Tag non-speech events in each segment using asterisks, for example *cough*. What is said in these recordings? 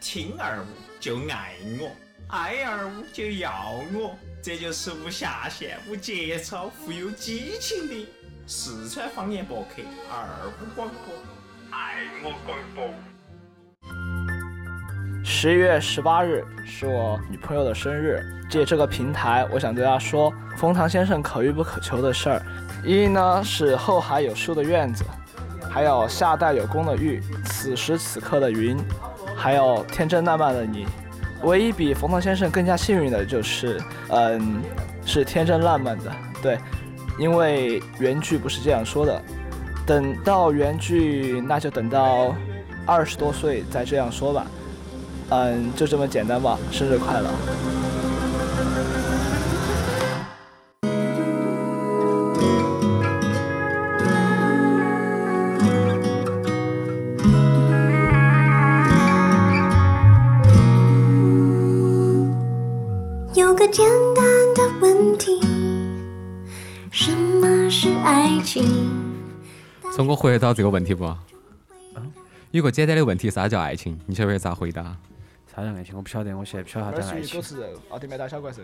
听二五就爱我，爱二五就要我，这就是无下限、无节操、富有激情的四川方言博客二五广播，爱我广播。十一月十八日是我女朋友的生日，借这个平台，我想对她说：冯唐先生可遇不可求的事儿，一呢是后海有树的院子，还有夏代有功的玉，此时此刻的云，还有天真烂漫的你。唯一比冯唐先生更加幸运的就是，嗯，是天真烂漫的，对，因为原剧不是这样说的，等到原剧那就等到二十多岁再这样说吧。嗯，就这么简单吧。生日快乐！有个简单的问题：什么是爱情？聪哥回答到这个问题不？有个简单的问题，啥叫爱情？你晓不晓得咋回答？啥叫爱情？我不晓得，我现在不晓得啥叫爱情。持人，奥特曼大小怪兽。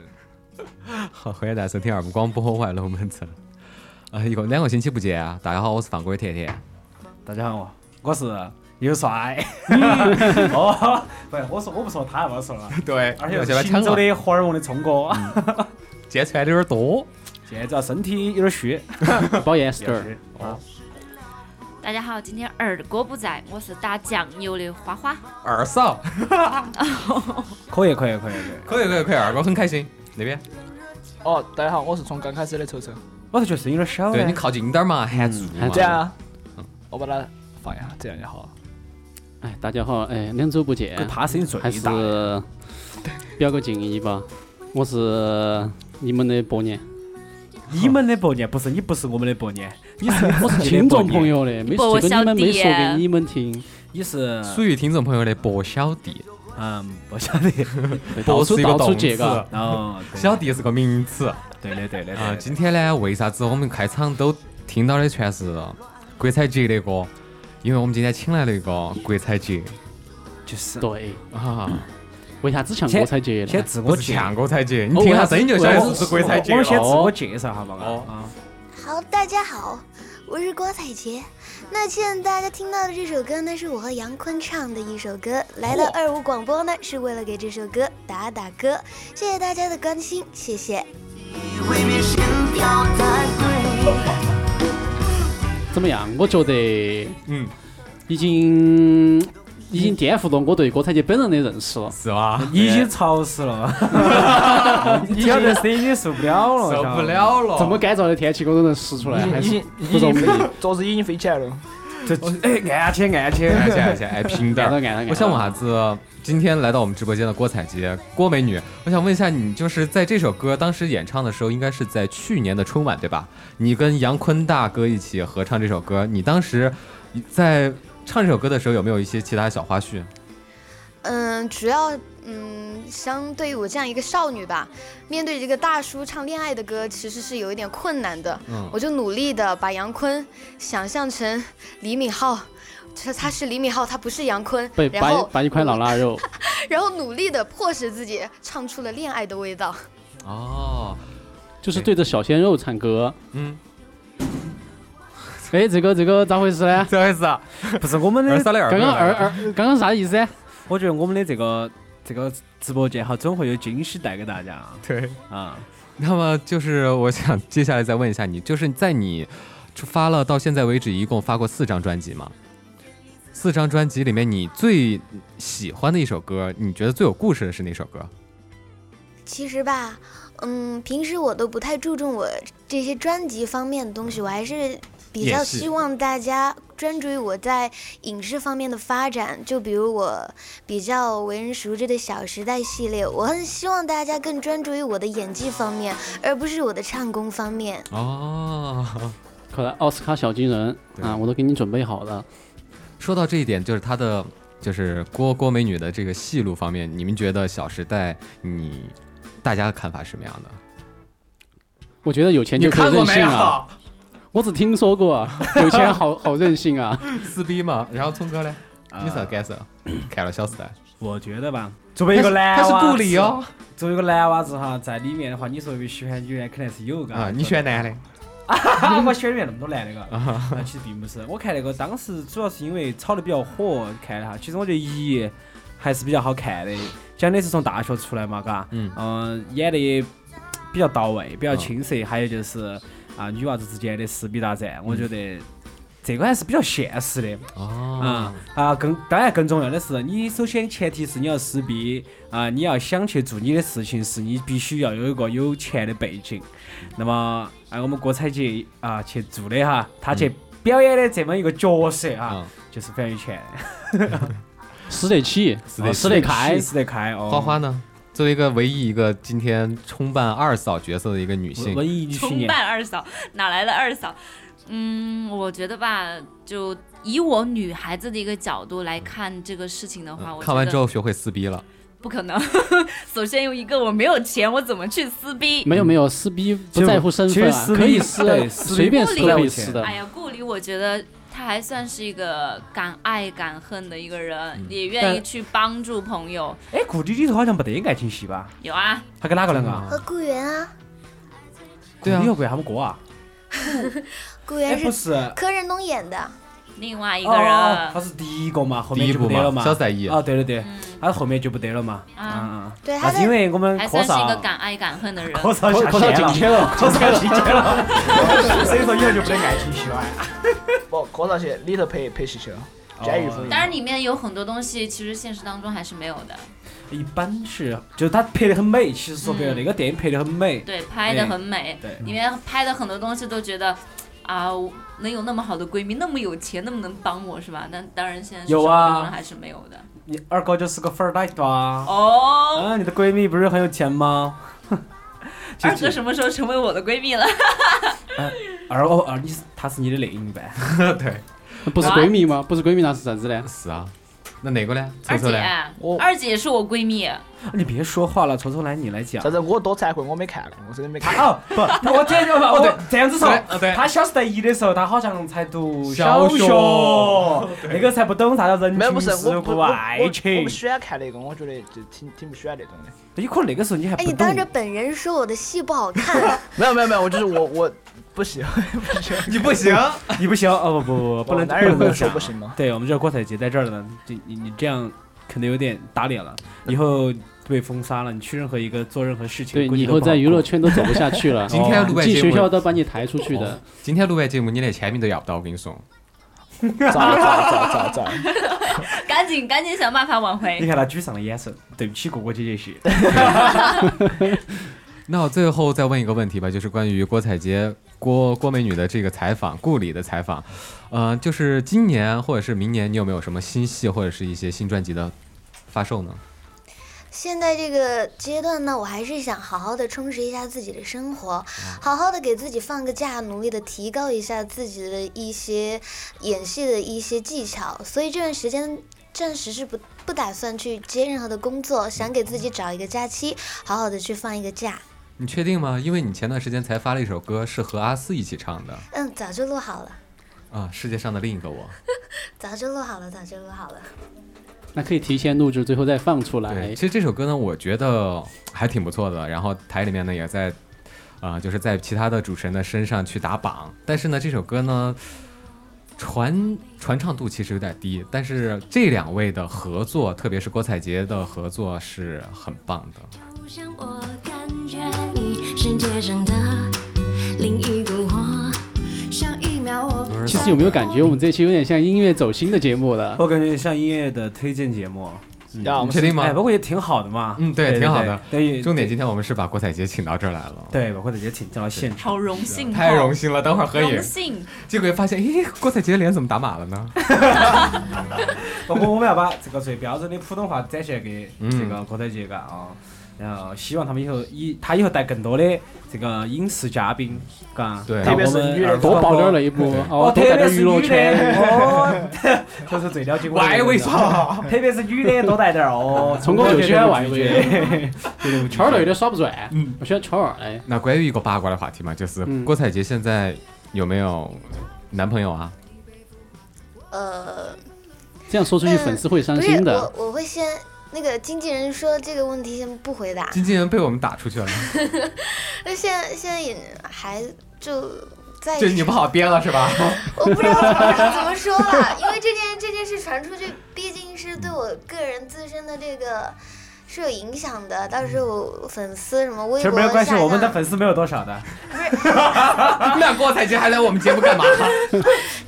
好，欢迎大家收听二五广播，我爱龙门阵。 *laughs* 啊，一个两个星期不见啊！大家好，我是放歌的甜甜。 *laughs* 大家好，我是有帅。 *laughs* 哦，不，我说我不说他，我说了， *laughs* 对，而且现在是抢行走了，的荷尔蒙的聪哥，今天穿的有点多。 *laughs* 现在主要身体有点 *laughs* 虚，包 *laughs* 严实有点点儿。虚。哦，大家好，今天二哥不在，我是打酱油的花花。二嫂，可以，可以，可以，可以。可以可以可以，二哥很开心。那边，哦，大家好，我是从刚开始的抽抽。我是觉得声音有点小对嘞你。靠近点儿嘛，含住嘛。啊这样啊，我把它放一下，这样就好了。哎，大家好，哎，两周不见我，怕声音最还是大。表个敬意吧。我是你们的伯年，你们的伯年不是你，不是我们的伯 *laughs* 年，你是我是听众朋，友的，没伯这个你小弟们没说给你们听。你是属于听众朋友的博小弟，嗯，不晓得。对到博处是一个到处动借嘎词，，哦，对小弟是个名词。对的，对的，啊，对的。今天呢，为啥子我们开场都听到的全是国采洁的歌？因为我们今天请来了一个国采洁就是对，啊，为啥子像先郭采洁先呢？自不我是介像国采洁，你哦听我下要声音就晓得是不是国采洁我了们。先自我介绍下吧，哦啊，好，大家好，我是郭采洁。那现在大家听到的这首歌呢，是我和杨坤唱的一首歌。来到二五广播呢，是为了给这首歌打打歌。谢谢大家的关心，谢谢。怎么样？我觉得嗯，已经已经颠覆了我对郭采洁本人的认识了。是吧？已经潮湿 *laughs* 了，你听到这声音已经受不了了，受晓得不吗。了了。这么干燥的天气，我都能拾出来，还已是经不已容经易。飞，桌子已经飞起来了。这哎，按起按起，按下按下按哎平点按到儿。按到按到。我想问下子，今天来到我们直播间的郭采洁，郭美女，我想问一下你，就是在这首歌当时演唱的时候，应该是在去年的春晚对吧？你跟杨坤大哥一起合唱这首歌，你当时在唱这首歌的时候有没有一些其他小花絮？嗯，主要嗯，相对于我这样一个少女吧，面对这个大叔唱恋爱的歌，其实是有一点困难的。嗯我就努力的把杨坤想象成李敏镐，他他是李敏镐，他不是杨坤被，然把后把一块老腊肉，然后努力的迫使自己唱出了恋爱的味道。哦，就是对着小鲜肉唱歌。嗯，哎，这个这个咋回 *laughs* 事呢？这回事啊，不是我们二的，三六二刚刚二二刚刚啥意思？我觉得我们的这个这个直播间哈，总会有惊喜带给大家啊对。啊。那么就是我想接下来再问一下你，就是在你发了到现在为止，一共发过四张专辑吗？四张专辑里面，你最喜欢的一首歌，你觉得最有故事的是哪首歌？其实吧，嗯，平时我都不太注重我这些专辑方面的东西，我还是比也较是希望大家专注于我在影视方面的发展。就比如我比较为人熟知的《小时代》系列，我很希望大家更专注于我的演技方面，而不是我的唱功方面。哦，看来奥斯卡小金人对啊，我都给你准备好了。说到这一点，就是她的，就是郭郭美女的这个戏路方面，你们觉得《小时代》你大家的看法是什么样的？我觉得有钱就可以任性啊！？ *laughs* 我只听说过，有钱好好任性啊！呃撕逼嘛。然后聪哥嘞？你咋 get 看了《小时代》？我觉得吧，作为一个男他娃是子，鼓励哦作为一个男娃子哈，在里面的话，你说喜欢女人肯定是有个啊！你选男的， *laughs* 啊，我选里面那么多男的个，啊，其实并不是。我看那个当时主要是因为炒得比较火，看了哈。其实我觉得一还是比较好看的，讲的是从大学出来嘛，嘎，嗯嗯，演的比较到位，比较青涩。还有就是啊，女娃子之间的撕逼大战，我觉得这个还是比较现实的。哦啊，啊，更当然更重要的是，你首先前提是你要撕逼啊，你要想去做你的事情，是你必须要有一个有钱的背景。那么，按我们郭采洁啊去做的哈，她去表演的这么一个角色哈嗯，就是非常有钱，使得起，得啊使得开，死得开哦。花花呢？作为一个唯一一个今天充办二嫂角色的一个女性文，文艺女青崇年，拜二嫂，哪来的二嫂？嗯，我觉得吧，就以我女孩子的一个角度来看这个事情的话，嗯我看完觉之得后学会撕逼了。不可能。 *laughs* 首先用一个我没有钱，我怎么去撕逼？没有没有，撕逼不在乎身其份实啊，撕逼可以撕对，撕逼随便不撕理都可以我撕钱的。哎呀，顾里，我觉得他还算是一个敢爱敢恨的一个人，嗯也愿意但去帮助朋友。哎，顾里里头好像没得爱情戏吧？有啊，他跟哪个人嗯啊？和顾源啊，顾里有跟他们哥啊？顾哎，源不是是，柯震东演的，另外一一哦个人，他是第一个嘛，后第面一就部不得了嘛嘛。肖赛义啊，对对对。嗯，他后面就不得了嘛。啊啊，对，他那是因在为我们还科算是一少个，敢爱敢恨的人。科少口罩紧贴贴了，科少进去了， *laughs* 所以说以后就不得爱情戏啊了。不，口罩是里头配配气球，加雨嗯风当然，里面有很多东西，其实现实当中还是没有的。一般是，就是他拍得很美，其实说嗯白了，那个电影拍得很美。对，拍的很美，对里面拍的很多东西都觉得，啊，我能有那么好的闺蜜，那么有钱，那么能帮我是吧？但当然现在有啊生活中还是没有的。你二哥就是个富二代对吧？嗯哦，啊，你的闺蜜不是很有钱吗？就 *laughs* 二哥什么时候成为我的 *laughs* 闺蜜了？二哥哦二，你是他是你的另一半， *laughs* 对，不是闺蜜吗？不是闺蜜，那是啥子 *laughs* 呢？是啊。那哪个呢？臭二臭姐啊呢？，我二姐是我闺蜜，你别说话了，从头来你来讲啥。子？我多惭愧，我没看呢，我真的没看。哦 *laughs* 不，我这就哦对，这样子说对呃对，他小时代一的时候，他好像才读小学学，那个才不懂啥叫人没有，不情是世我不故、我爱我我情不。喜欢看那个，我觉得就挺挺不喜欢那种的。有可能那个时候你还哎，不你当着懂，本人说我的戏不好 *laughs* 看，没有没有没有，我就是我我不喜欢，不喜欢。你不行，你不行哦，不不 *laughs* 不，不能男人不会能说讲不。行吗？对我们这郭采洁在这儿呢，这你你这样可能有点打脸了，以后被封杀了。你去任何一个做任何事情，对，估计以都后不好在娱乐过圈都走不下 *laughs* 去了。今天录外进节学目校，都把你抬出去的。今天录外节目，你连签名都要不到，我跟你说。咋咋咋咋咋？赶紧赶紧想办法挽你 *laughs* 回。看他沮丧的眼神，对不起果果姐姐是。那我最后再问一个问题吧，就是关于郭采洁、郭郭美女的这个采访，顾里的采访，呃，就是今年或者是明年，你有没有什么新戏或者是一些新专辑的发售呢？现在这个阶段呢，我还是想好好的充实一下自己的生活，嗯好好的给自己放个假，努力的提高一下自己的一些演戏的一些技巧。所以这段时间暂时是不不打算去接任何的工嗯作，想给自己找一个假期，好好的去放一个假。你确定吗？因为你前段时间才发了一首歌，是和阿四一起唱的嗯，早就录好了，啊，世界上的另一个我。早就录好了，早就录好了。那可以提前录制，最后再放出对，来其。实这首歌呢，我觉得还挺不错的。然后台里面呢也在，啊、就是在其他的主持人的身上去打榜。但是呢，这首歌呢，传传唱度其实有点低。但是这两位的合作，特别是郭采洁的合作是很棒的。就像我感觉你世界上的另一个我，上一秒我不其实有没有感觉我们这期有点像音乐走心的节目了？我感觉像音乐的推荐节目，啊呀，我你们确定吗哎，？不过也挺好的嘛。嗯对对，挺好的对重对点今天我们是把郭采洁请到这儿来了，对，我或者也挺到现场。好荣幸哦，太荣幸了。等会儿合影荣，幸，结果发现，咦，郭采洁的脸怎么打码了呢？ *laughs* 不过我们要把这个最标准的普通话展现给嗯这个郭采洁嘎啊，然后希望他们以后以他以后带更多的这个影视嘉宾，嘎，对让我特别是们女人二胡多广爆播点儿。那一步哦，哦，特多别带点是娱乐女圈。的，哦， *laughs* 就是最了解我。喂为啥？ *laughs* 特别是女的多带点儿 *laughs* 哦，从我就喜欢外 *laughs* 国人。圈儿内的耍不转，我喜欢圈儿内。那关于一个八卦的话题嘛，就是嗯郭采洁现 *laughs* 在有没有男朋友啊？呃，这样说出去粉丝会伤不是心的。我，我会先那个经纪人说这个问题先不回答，经纪人被我们打出去了，那现在现在也还就哎在就你不好憋了是 *laughs* 吧？我不知道我不知道怎么说了，因为这件这件事传出去，毕竟是对我个人自身的这个是有影响的。到时候粉丝什么微其博实没有关系，下我们的降粉丝没有多少的。那郭采洁还来我们节目干 *laughs* 嘛？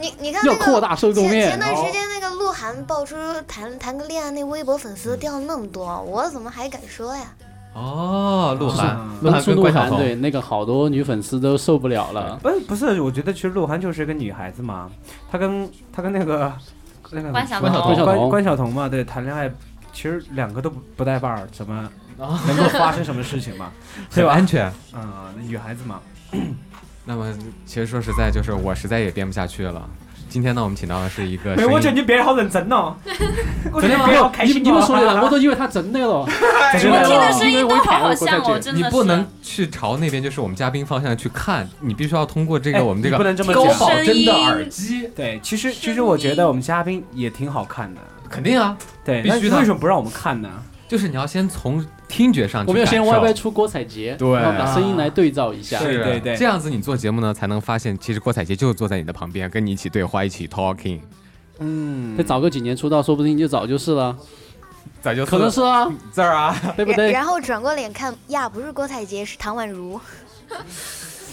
你你看要那个扩大受众前面哦前段时间那个鹿晗爆出谈谈个恋爱，那微博粉嗯丝掉了那么多，我怎么还敢说呀？哦，鹿晗，鹿当晗初跟鹿关晓晗彤，对那个好多女粉丝都受不了了。不不是，我觉得其实鹿晗就是个女孩子嘛，她跟她跟那个那个关晓关晓彤彤哦关关晓彤嘛，对，谈恋爱其实两个都不不带伴儿，怎么能够发生什么事情嘛？很安全。嗯，女孩子嘛，那么其实说实在，就是我实在也编不下去了。今天呢，我们请到的是一个没，声我觉得音，你别人好认 *laughs* 真哦，我觉得别没人好有，开你心你哦们说的，我都以为他真的了。真我的听哦的声音都好好笑哦，真的你是。不能去朝那边，就是我们嘉宾方向去看，你必须要通过这哎个我们这你不个能这么高讲保真的耳机，对，其实其实我觉得我们嘉宾也挺好看的，肯定啊，对，必那须的为什么不让我们看呢？就是你要先从听觉上去我们要先感受 YY 出郭采洁，对啊然后把声音来对照一下。对对对这样子你做节目呢，才能发现其实郭采洁就坐在你的旁边，跟你一起对话，一起 talking。嗯再，早个几年出道，说不定就早就是了，咋就可能是啊，字儿啊，对不然对？然后转过脸看呀，不是郭采洁，是唐宛如。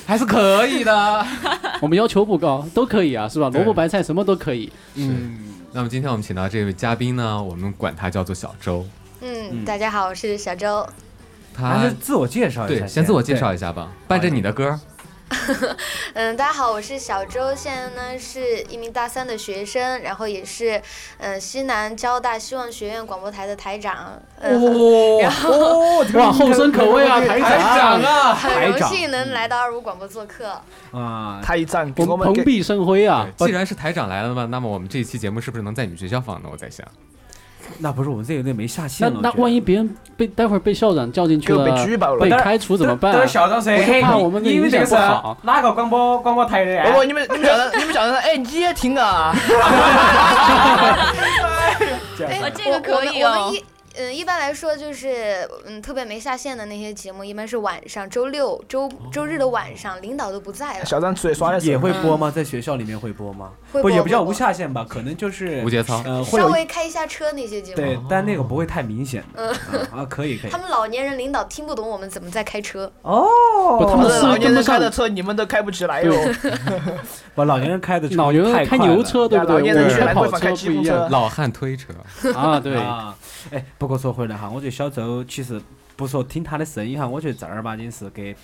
还是可以的。我们要求不高，都可以啊，是吧？对萝卜白菜什么都可以。嗯，那么今天我们请到这位嘉宾呢，我们管他叫做小周，嗯，嗯大家好，我是小周。还他是自我介绍一下，对，先自我介绍一下吧，伴着你的歌，嗯，大家好，我是小周，现在呢是一名大三的学生，然后也是嗯、呃西南交大希望学院广播台的台长。呃，哦，嗯哇，后生可畏啊，台长！啊，很台荣长幸能来到二五广播做客。啊，他一站给我我们们蓬给荜生辉啊！既然是台长来了嘛，那么我们这一期节目是不是能在你们学校放呢？我在想，那不是我们这有点没下线那了。那万一别人被待会儿被校长叫进去给我了，被拘吧了被开除怎么办啊？小张谁我怕我们的因为影这响个不是好哪个广播广播台的不不，呀？你们你们讲的， *laughs* 你们讲的，哎，你也听啊？呃这个哎我可以我们我哦们。一嗯，一般来说就是，嗯，特别没下线的那些节目，一般是晚上，周六、周哦周日的晚上，领导都不在了，小张嘴刷的也会播吗？在学校里面会播吗？会不播也不叫会播无下限吧，可能就是无节操哦呃，会稍有微开一下车那些节目。对，但那个不会太明显的。啊，可以可以嗯他。们老年人领导听不懂我们怎么在开车， *laughs* 不，他我们的老是年跟不人开的上，车，你们都开不起来哟。把老年人开的车老牛太开快了牛车，对不对？老我年们人开原来跑会反开车吉不普一车样老汉推车，啊！对，啊，哎，不过说回来哈，我觉得小周其实不说听他的声音哈，我觉得正儿八经是给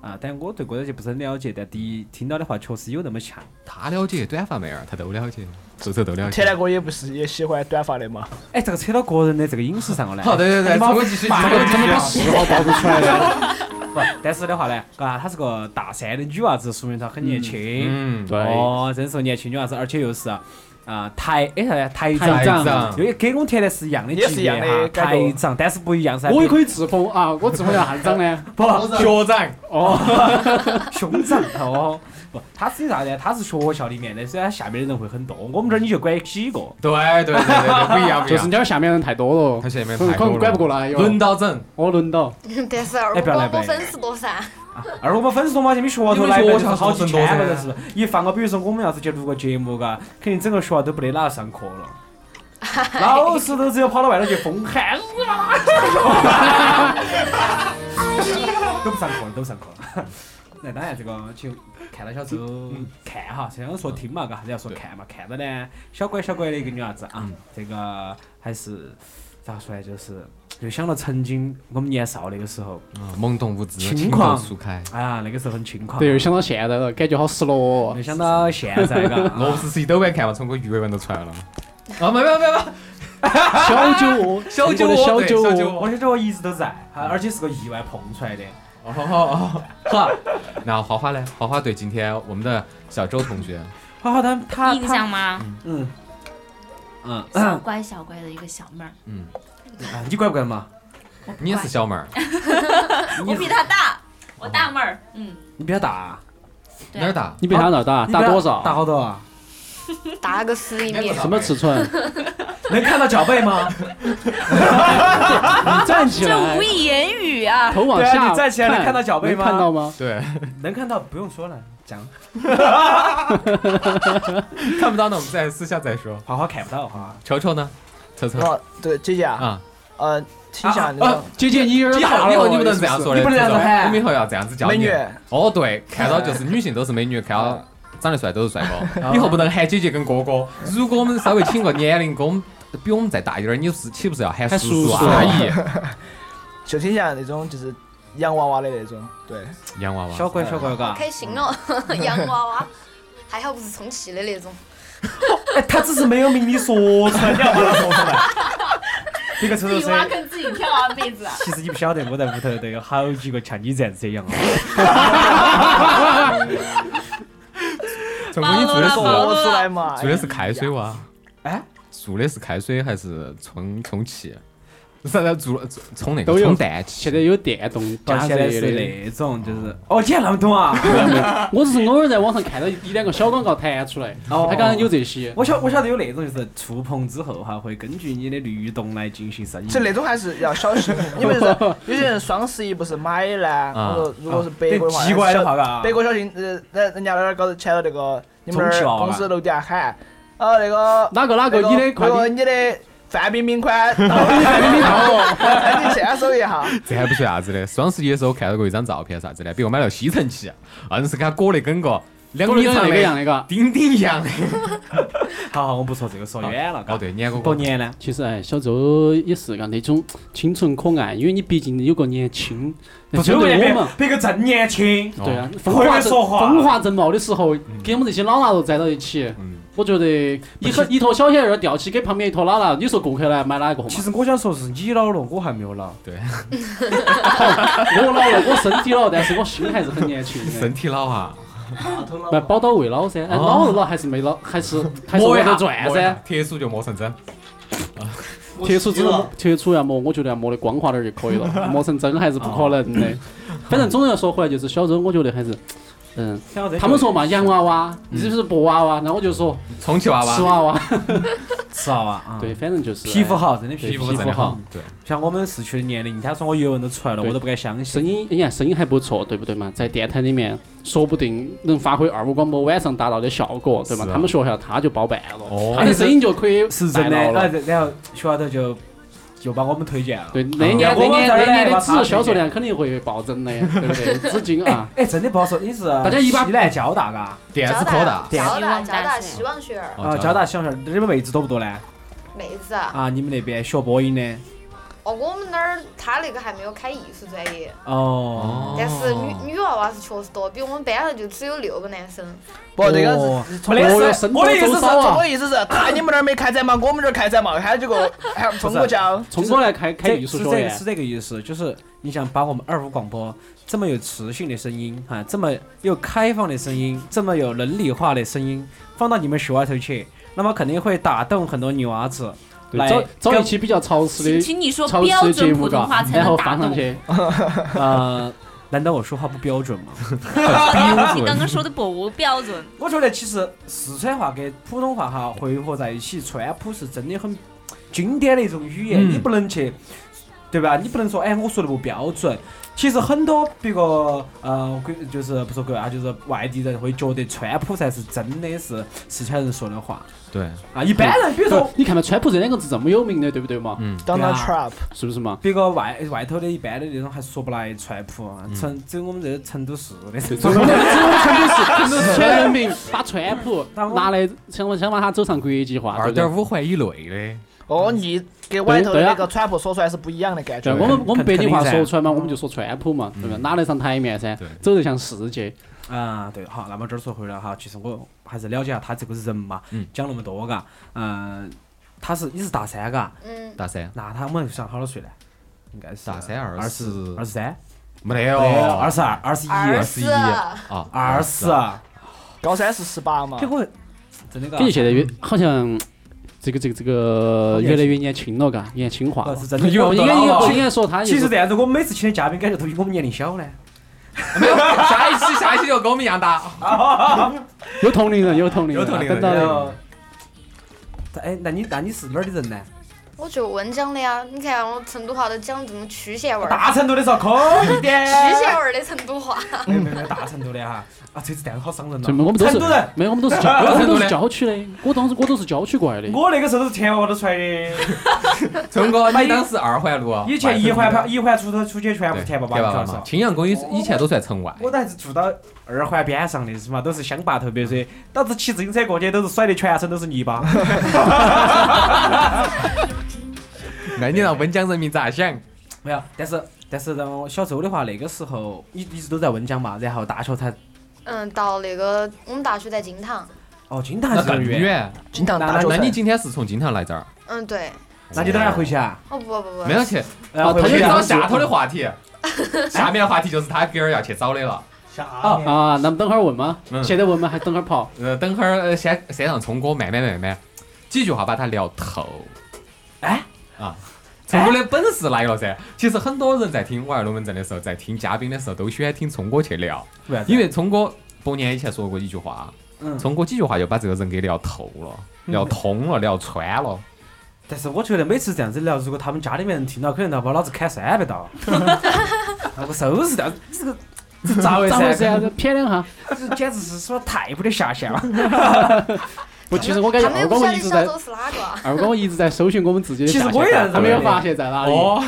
啊，但我对郭德洁不是很了解，但第一听到的话确实有那么强。他了解短发妹儿，他都了解，左手都了铁解蛋。哥也不是也喜欢短发的嘛？哎，这个扯到个人的这个隐私上 *laughs* 哎了呢。哦好，对对对，你妈从我继续，从妈我继续啊。十号爆不出来了。不，但是的话呢，嘎，她是个大三的女娃子，说明她很年轻。嗯，对哦，真是个年轻女娃子，而且又是啊、台哎啥呀台台长，长因为跟我贴的是一样的也是级一别样的哈，感觉台长，但是不一样噻。 *laughs* 我也可以自封啊！我自封要汉章呢？不学长， *laughs* 兄长哦。不，他是啥呢？他是学校里面的，所以他下面的人会很多。我们这儿你就管几个，对对对对对，不一样不一就是你样。这儿下面人太多了，他下面可能太多了管不过来哟。轮到正，我轮到，但是二哎五不要来广不播要来分是多噻， *laughs* *laughs* 而我们粉丝多嘛，你们学校头来就是好几千个人是不是？一放个，比如说我们要是去录个节目，嘎，肯定整个学校都不得哪个上课了。老师都只有跑到外头去疯喊啊！ *laughs* 都不上课了，都不上课 *laughs* 了。那当然，这个就看到小周看哈，虽然说听嘛，嘎，还是要说看嘛。看到呢，小乖小乖的一个女娃子啊，嗯这个还是咋说呢？就是又想到曾经我们年少那个时候啊懵懂无知，情情窦况初开，啊，那个时候很轻狂。对，又想到现在了，感觉好失落哦没。想到现在嘎，我不是谁都没看嘛，从我鱼尾纹都出来了。啊，没有没有没有，小酒窝，小酒中国的窝小对酒小酒窝窝。我的这我一直都在，啊而且是个意外碰出来的。哦哦哦， *laughs* 好，那华华嘞，华华对今天我们的小周同学，好好，他他印象他，吗？嗯嗯，小啊乖小乖的一个小妹儿，嗯，你乖不乖嘛？你也是小妹儿，我比她大，我大妹儿，嗯，你比他大，啊对哪儿大？你比他老你大，比他大多少？大好多啊！打个私一面。什么尺寸？能看到脚背吗？ *laughs* 你站起这来无，以言语啊！头往对啊下，你站起来能看到脚背吗能看到吗？对， *laughs* 能看到，不用说了，讲看不到呢，我们再私下再说。花花看不到哈。球球 *laughs* 呢？球 *laughs* 球哦，对，姐姐啊，啊，呃，听下你的姐姐，你有点你大好，了以后哦，你不能这意样思说你的，不能这样说球嘿球我们以后要这样子叫美你女。哦，对，看到就是女性都是美女，看到长得帅都是帅哥。以后不能喊姐姐跟哥哥。如果我们稍微轻个年龄，跟我们比我们再大一点儿，你是岂不是要喊喊叔啊叔叔阿姨、就听下那种就是洋娃娃的那种，对，洋娃娃？小乖小乖嘎，开心哦，洋娃娃，还好不是充气的那种。哎，他只是没有明你说出来，你 *laughs* 要把它说出来。这个臭自头己挖生，坑自己跳啊，妹子啊！其实你不晓得，我在屋头都有好几个像你这样子的 *laughs* 样啊子。成功，你做的是暴露了暴说露了出来嘛，做的啊是开水哇？哎，做的是开水还是充充气？啥子做做充那个都有充氮气？现在有电动到加现在是热的。那种，就是哦，你还那么懂 *laughs* 啊？我只是偶尔在网上看到一两个小广告弹出来，哦他刚刚有这些。我晓我晓得有那种就是触碰之后哈，会根据你的律动来进行生意。就那种还是要小心，因为是有些人双十一不是买呢，啊或者如果是对北国的话，奇怪的话嘎，北国小心，呃，人人家那儿搞前头那个你们那充气娃儿娃公司楼底下喊，呃，那个哪个哪个，你的快那个递，你的范冰冰款到你了，快递到了。赶紧签收一下。这还不算啥子的，双十一的时候看到过一张照片，啥子呢？比如买了吸尘器，硬是给它裹得跟个两跟米你长那个样的那个。钉钉一样的。好好，我不说这个，说远了。哦，对，你还给我过年呢，其实哎，小周也是个那种清纯可爱，因为你毕竟有个年轻，不是针过对年我们，，别个正年轻。哦对啊，不风会华正说话风华正茂的时候，给我们这些老腊肉站到一起，嗯，我觉得一坨一坨小鲜肉吊起给旁边一坨老腊，你说过客来买哪个嘛？其实我想说是你老了，我还没有老。我老了，我身体老，但是我心还是很年轻的身。体老啊，那宝刀未老噻，哎，哦老了老还是没老，*laughs* 还是还是磨我一在下转磨一下噻。铁杵就磨成针。铁杵只能铁杵要磨，我觉得要磨得光滑点儿就可以 *laughs* 了，磨成针还是不可能哦的。反正总的要说回来，就是小周，我觉得还是，嗯， *laughs* 他们说嘛，洋娃娃，你就是布娃娃，那我就说充气嗯娃瓷娃，娃娃。吃娃娃啊，对，，反正就是皮肤，好，真的对皮皮肤肤皮真肤的好好。对，像我们市区的年龄，他说我油纹都出来了，对我都不敢相信。声音，你看声音还不错，对不对嘛？在电台里面，说不定能发挥二五广播晚上达到的效果，对吗？是啊他们学校他就包办了，哦他的声音就可以是真的，办到了然后然后学校头就就把我们推荐了。对，那然年后那我们年这儿那呢年的把它纸销推售荐量肯定会暴增的，对不对？纸巾哎啊，哎，真的不好说，你是大家一把西南交大嘎电子科大， *laughs* 交希大望交大大学希望学儿，啊，交大想想，你们妹子多不多呢？妹子啊，啊，你们那边学播音的哦，我们那儿他那个还没有开艺术专业，哦，但是女女娃娃是确实多，比我们班上就只有六个男生。不，那个哦是没得我事的神我的州意思周是遭我啊，的意思是，他你们那儿没开展嘛，我们这儿开展嘛，还有几个还中国叫冲过来开开这艺术是学这院是，这个意思，就是你想把我们二五广播这么有磁性的声音哈、这么又开放的声音，这么有能理化的声音放到你们学外头去，那么肯定会打动很多女娃子。对来找找一跟期比较潮 *laughs* 湿请的请你说潮标湿的节准目普通话嘎，才然能后打放上动。 *laughs* 去，呃，难道我说话不标准吗？你刚刚说的不标准，我觉得其实四川话跟普通话哈汇合在一起，川普是真的很经典的一种语言，嗯你不能去，对吧？你不能说哎，我说的不标准。其实很多别个呃，国就是不说国外，就是外地人会觉得川普才是真的是四川人说的话对，啊。一般人，比如对说，你看到川普这两个字这么有名的，对不对嘛？嗯， Donald 对 Trump，是不是嘛？别个外外头的一般的那种还说不来川普啊，成只有我们这成都市的这种我。们这种全都是全都是全人民把川普拿来想想把它走上国际化，对二不对点？五环以内的，哦，你给外头的对那啊个川普说出来是不一样的感对，觉。我们我们北京话肯定噻说出来嘛，我们就说川普嘛，对不对？拿得上台面噻对，走得向世界。啊，对，好，那么这儿说回来哈，其实我还是了解下他这个人嘛，嗯讲那么多嘎，嗯、他是你是大三嘎，嗯，大三，那他们上好多岁呢？应该是大三二二十十二十三，没得对哦，二十二、二十一、二十一啊，二十十啊，高三是十八嘛这，个真的嘎感，觉现在越好像这个这个这个越来越年轻了，嘎，年轻化哦了。是真的，应该应该应该说他其就实是这样子，我们每次请的嘉宾感觉都比我们年龄小呢。哦没有，下一期 *laughs* 下一期就跟我们一样大。有同龄人，有同龄有人，同龄人等到有了哎，那你那你是哪儿的人呢？我就温江的呀，你看我成都话都讲这么曲线味儿，大成都的时候可以点。曲线味儿的成都话。 *laughs* 没有没有没有，大成都的哈。啊，这次蛋好伤人怎么我们都成是都人，没有，*laughs* 我们都是成都郊，我们都是人郊区的。我当时我都是郊区过来的。我那个时候都是田河都出 *laughs* 来的，成哥，你当时二环路，啊以前一 *laughs* 环跑一环出头出去全部对是田坝坝，铁你坝晓得嘛，是？青羊宫以以前都算城外。我都还是住到二环边上的，是嘛？都是乡坝头，别说，导致骑自行车过去都是甩的全身都是泥 *laughs* 巴。那你让温江人民咋想？没有，但是但是让我小周的话，那个时候一一直都在温江嘛，然后大学才嗯，到那个我们大学在金堂，哦，金堂还那是有更点远，远。经常那打就那是你今天是从金堂来这儿？嗯，对。那你等下回去啊？哦不不不，没有去，然后哦回他去就啊找下头的话题。下面的话题就是他龟儿要去找的了。啊，啊，那么等会儿问吗？嗯现在问吗？还等会儿跑？呃，等会儿呃先先让聪哥慢慢慢慢几句话把他聊透。哎啊，聪哥的本事来了噻。其实很多人在听我爱龙门阵的时候，在听嘉宾的时候，都喜欢听聪哥去聊，为啥子因为聪哥多年以前说过一句话，嗯，聪哥几句话就把这个人给聊透了，聊通了，聊穿了。但是我觉得每次这样子聊，如果他们家里面人听到，可能要把老子砍三百 *laughs* 刀，那我收拾掉这个。这咋回咋回事事啊啊？？撇两下。这简直是说太不得下 *laughs* 限了。不，其实我感觉他们二又不瓜晓我得一直小在 *laughs* 周是哪个啊。二瓜我一直在搜寻我们自己的其实下我也线是，他没有发现在哪里。哦，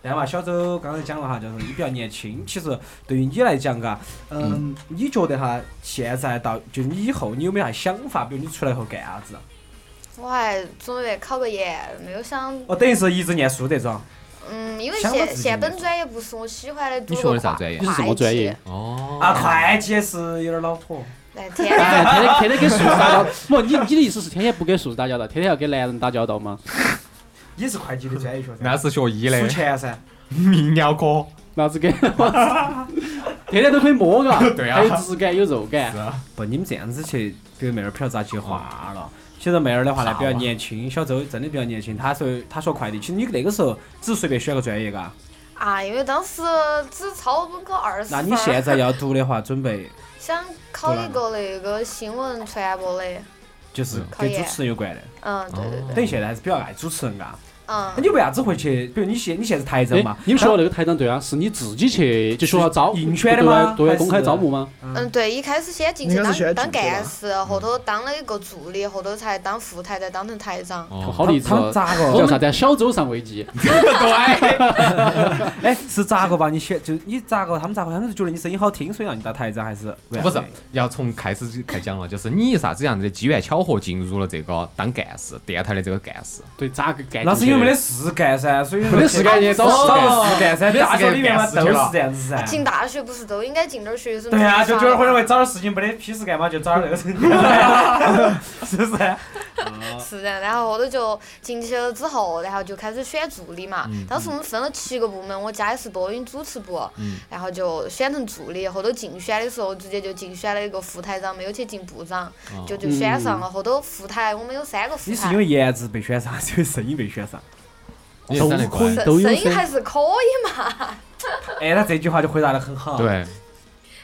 然后啊，小周刚才讲了哈，就是你比较年轻，其实对于你来讲，嘎，嗯，你觉得哈，现在到就你以后，你有没有啥想法？比如你出来后干啥子？我还准备考个研，没有想，哦，等于是一直念书这种。嗯，因为想到自现己现的本专业不是我喜欢的，读你学的个啥会专业你是什么会专计业？哦啊，会计是有点恼火。来，天哎，天天天天跟树 *laughs* 打交道，不，你你的意思是天天不跟树打交道，天天要跟男人打交道吗？你是会计的专业学生，那是学医数的，钱噻。泌尿科。那是跟，天天都可以摸，嘎，对啊还有质感，有肉感。不，你们这样子去给妹儿撇咋去话了？其实妹儿的话呢比较年轻，小周真的比较年轻。她说她说快递，其实你那个时候只是随便选个专业嘎。 *laughs* 啊，因为当时只超本科二十那分你现儿，在要读的话，准备想考一个那个新闻传播的，就是嗯跟主持人有关的。嗯，对对对，等于现在还是比较爱主持人嘎。那哦嗯，你为啥子会去？比如你现你现在是台长嘛哎，，你们学校那个台长对啊，是你自己去就学校招应选的对吗啊对啊还是公开招募吗？嗯，对，一开始先进应该去是当学当主持干吧事，后头当了一个助理，后头才当副台，再当成台长。哦好励志他们哦。咋叫个？啥子啊？小周上位机，对，哎，是咋个把你选？就你咋个？他们咋个？他们是觉得你声音好听，所以让你当台长，还是为啥不子是要从开始就开讲了，就是你以啥子样子的机缘巧合进入了这个当干事电台的这个干事？对，咋个干进去的？那是因为没得事干噻，所以没得事干也找事干。事干噻。没得事大学里面嘛干都是这样子噻。啊进大学不是都应该进点儿学生对呀、呀、就觉得或者啊会找点事情，没得屁事干嘛，就找点那个事情， *laughs* 是不是？是的，然后后头就进去了之后，然后就开始选助理嘛。当时我们分了七个部门，我加的是播音主持部，嗯然后就选成助理。后头竞选的时候，直接就竞选了一个副台长，没有去进部长，就就选上了。后头副台我们有三个副你是台因，为颜值被选上，还是因为声音被选上？你也长得乖声都，有声噻音还是可以嘛。哎，他这句话就回答得很好。，对，然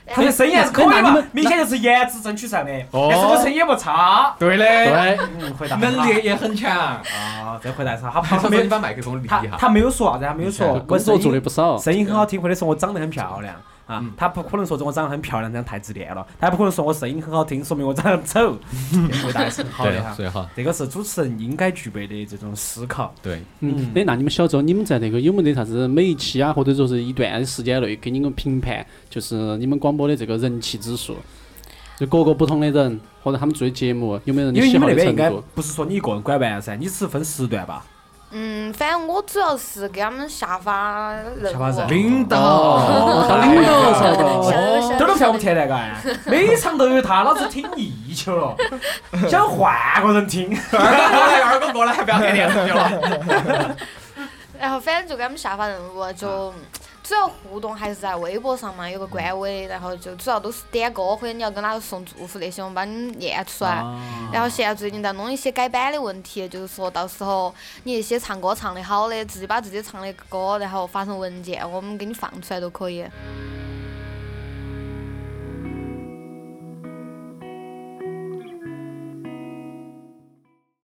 他后的声音还是可以那你嘛们，明显就是颜值争取上的，哦但是我声音也不差。对的，对，嗯，回答很好 *laughs* 能力也很强。啊，这回答是好，他他他说没你有把麦克风离一他 *laughs* 下，他没有说啥子，他没有说工作做的不少。声音很好听，或者说我长得很漂亮啊嗯，他不可能说我长得很漂亮，这样太自恋了。他也不可能说我声音很好听，说明我长 *laughs* 得丑。这回答是很好的对，哈，最好，这个是主持人应该具备的这种思考。对，嗯嗯，哎，那你们小周，你们在那个有没得啥子每一期啊，或者说是一段时间内给你们评判，就是你们广播的这个人气指数，就各个不同的人或者他们做的节目有没有人因为喜你好们那的边程应该度？不是说你一个人管完噻，你只是分时段吧？嗯，反正我主要是给他们下发任下发任务务。领哦，导，当领导才晓的。得晓得这都像我们田蛋干，每场都有他，老子听腻球了，想换个人听。二哥过来，二哥过来，不要看电视剧了。然后反正就给他们下发任务，就主要互动还是在微博上嘛，有个官微，然后就主要都是点歌或者你要跟哪个送祝福那些，我们帮你们念出啊来。然后现在最近在弄一些改版的问题，就是说到时候你一些唱歌唱得好的，自己把自己唱的歌，然后发成文件，我们给你放出来都可以。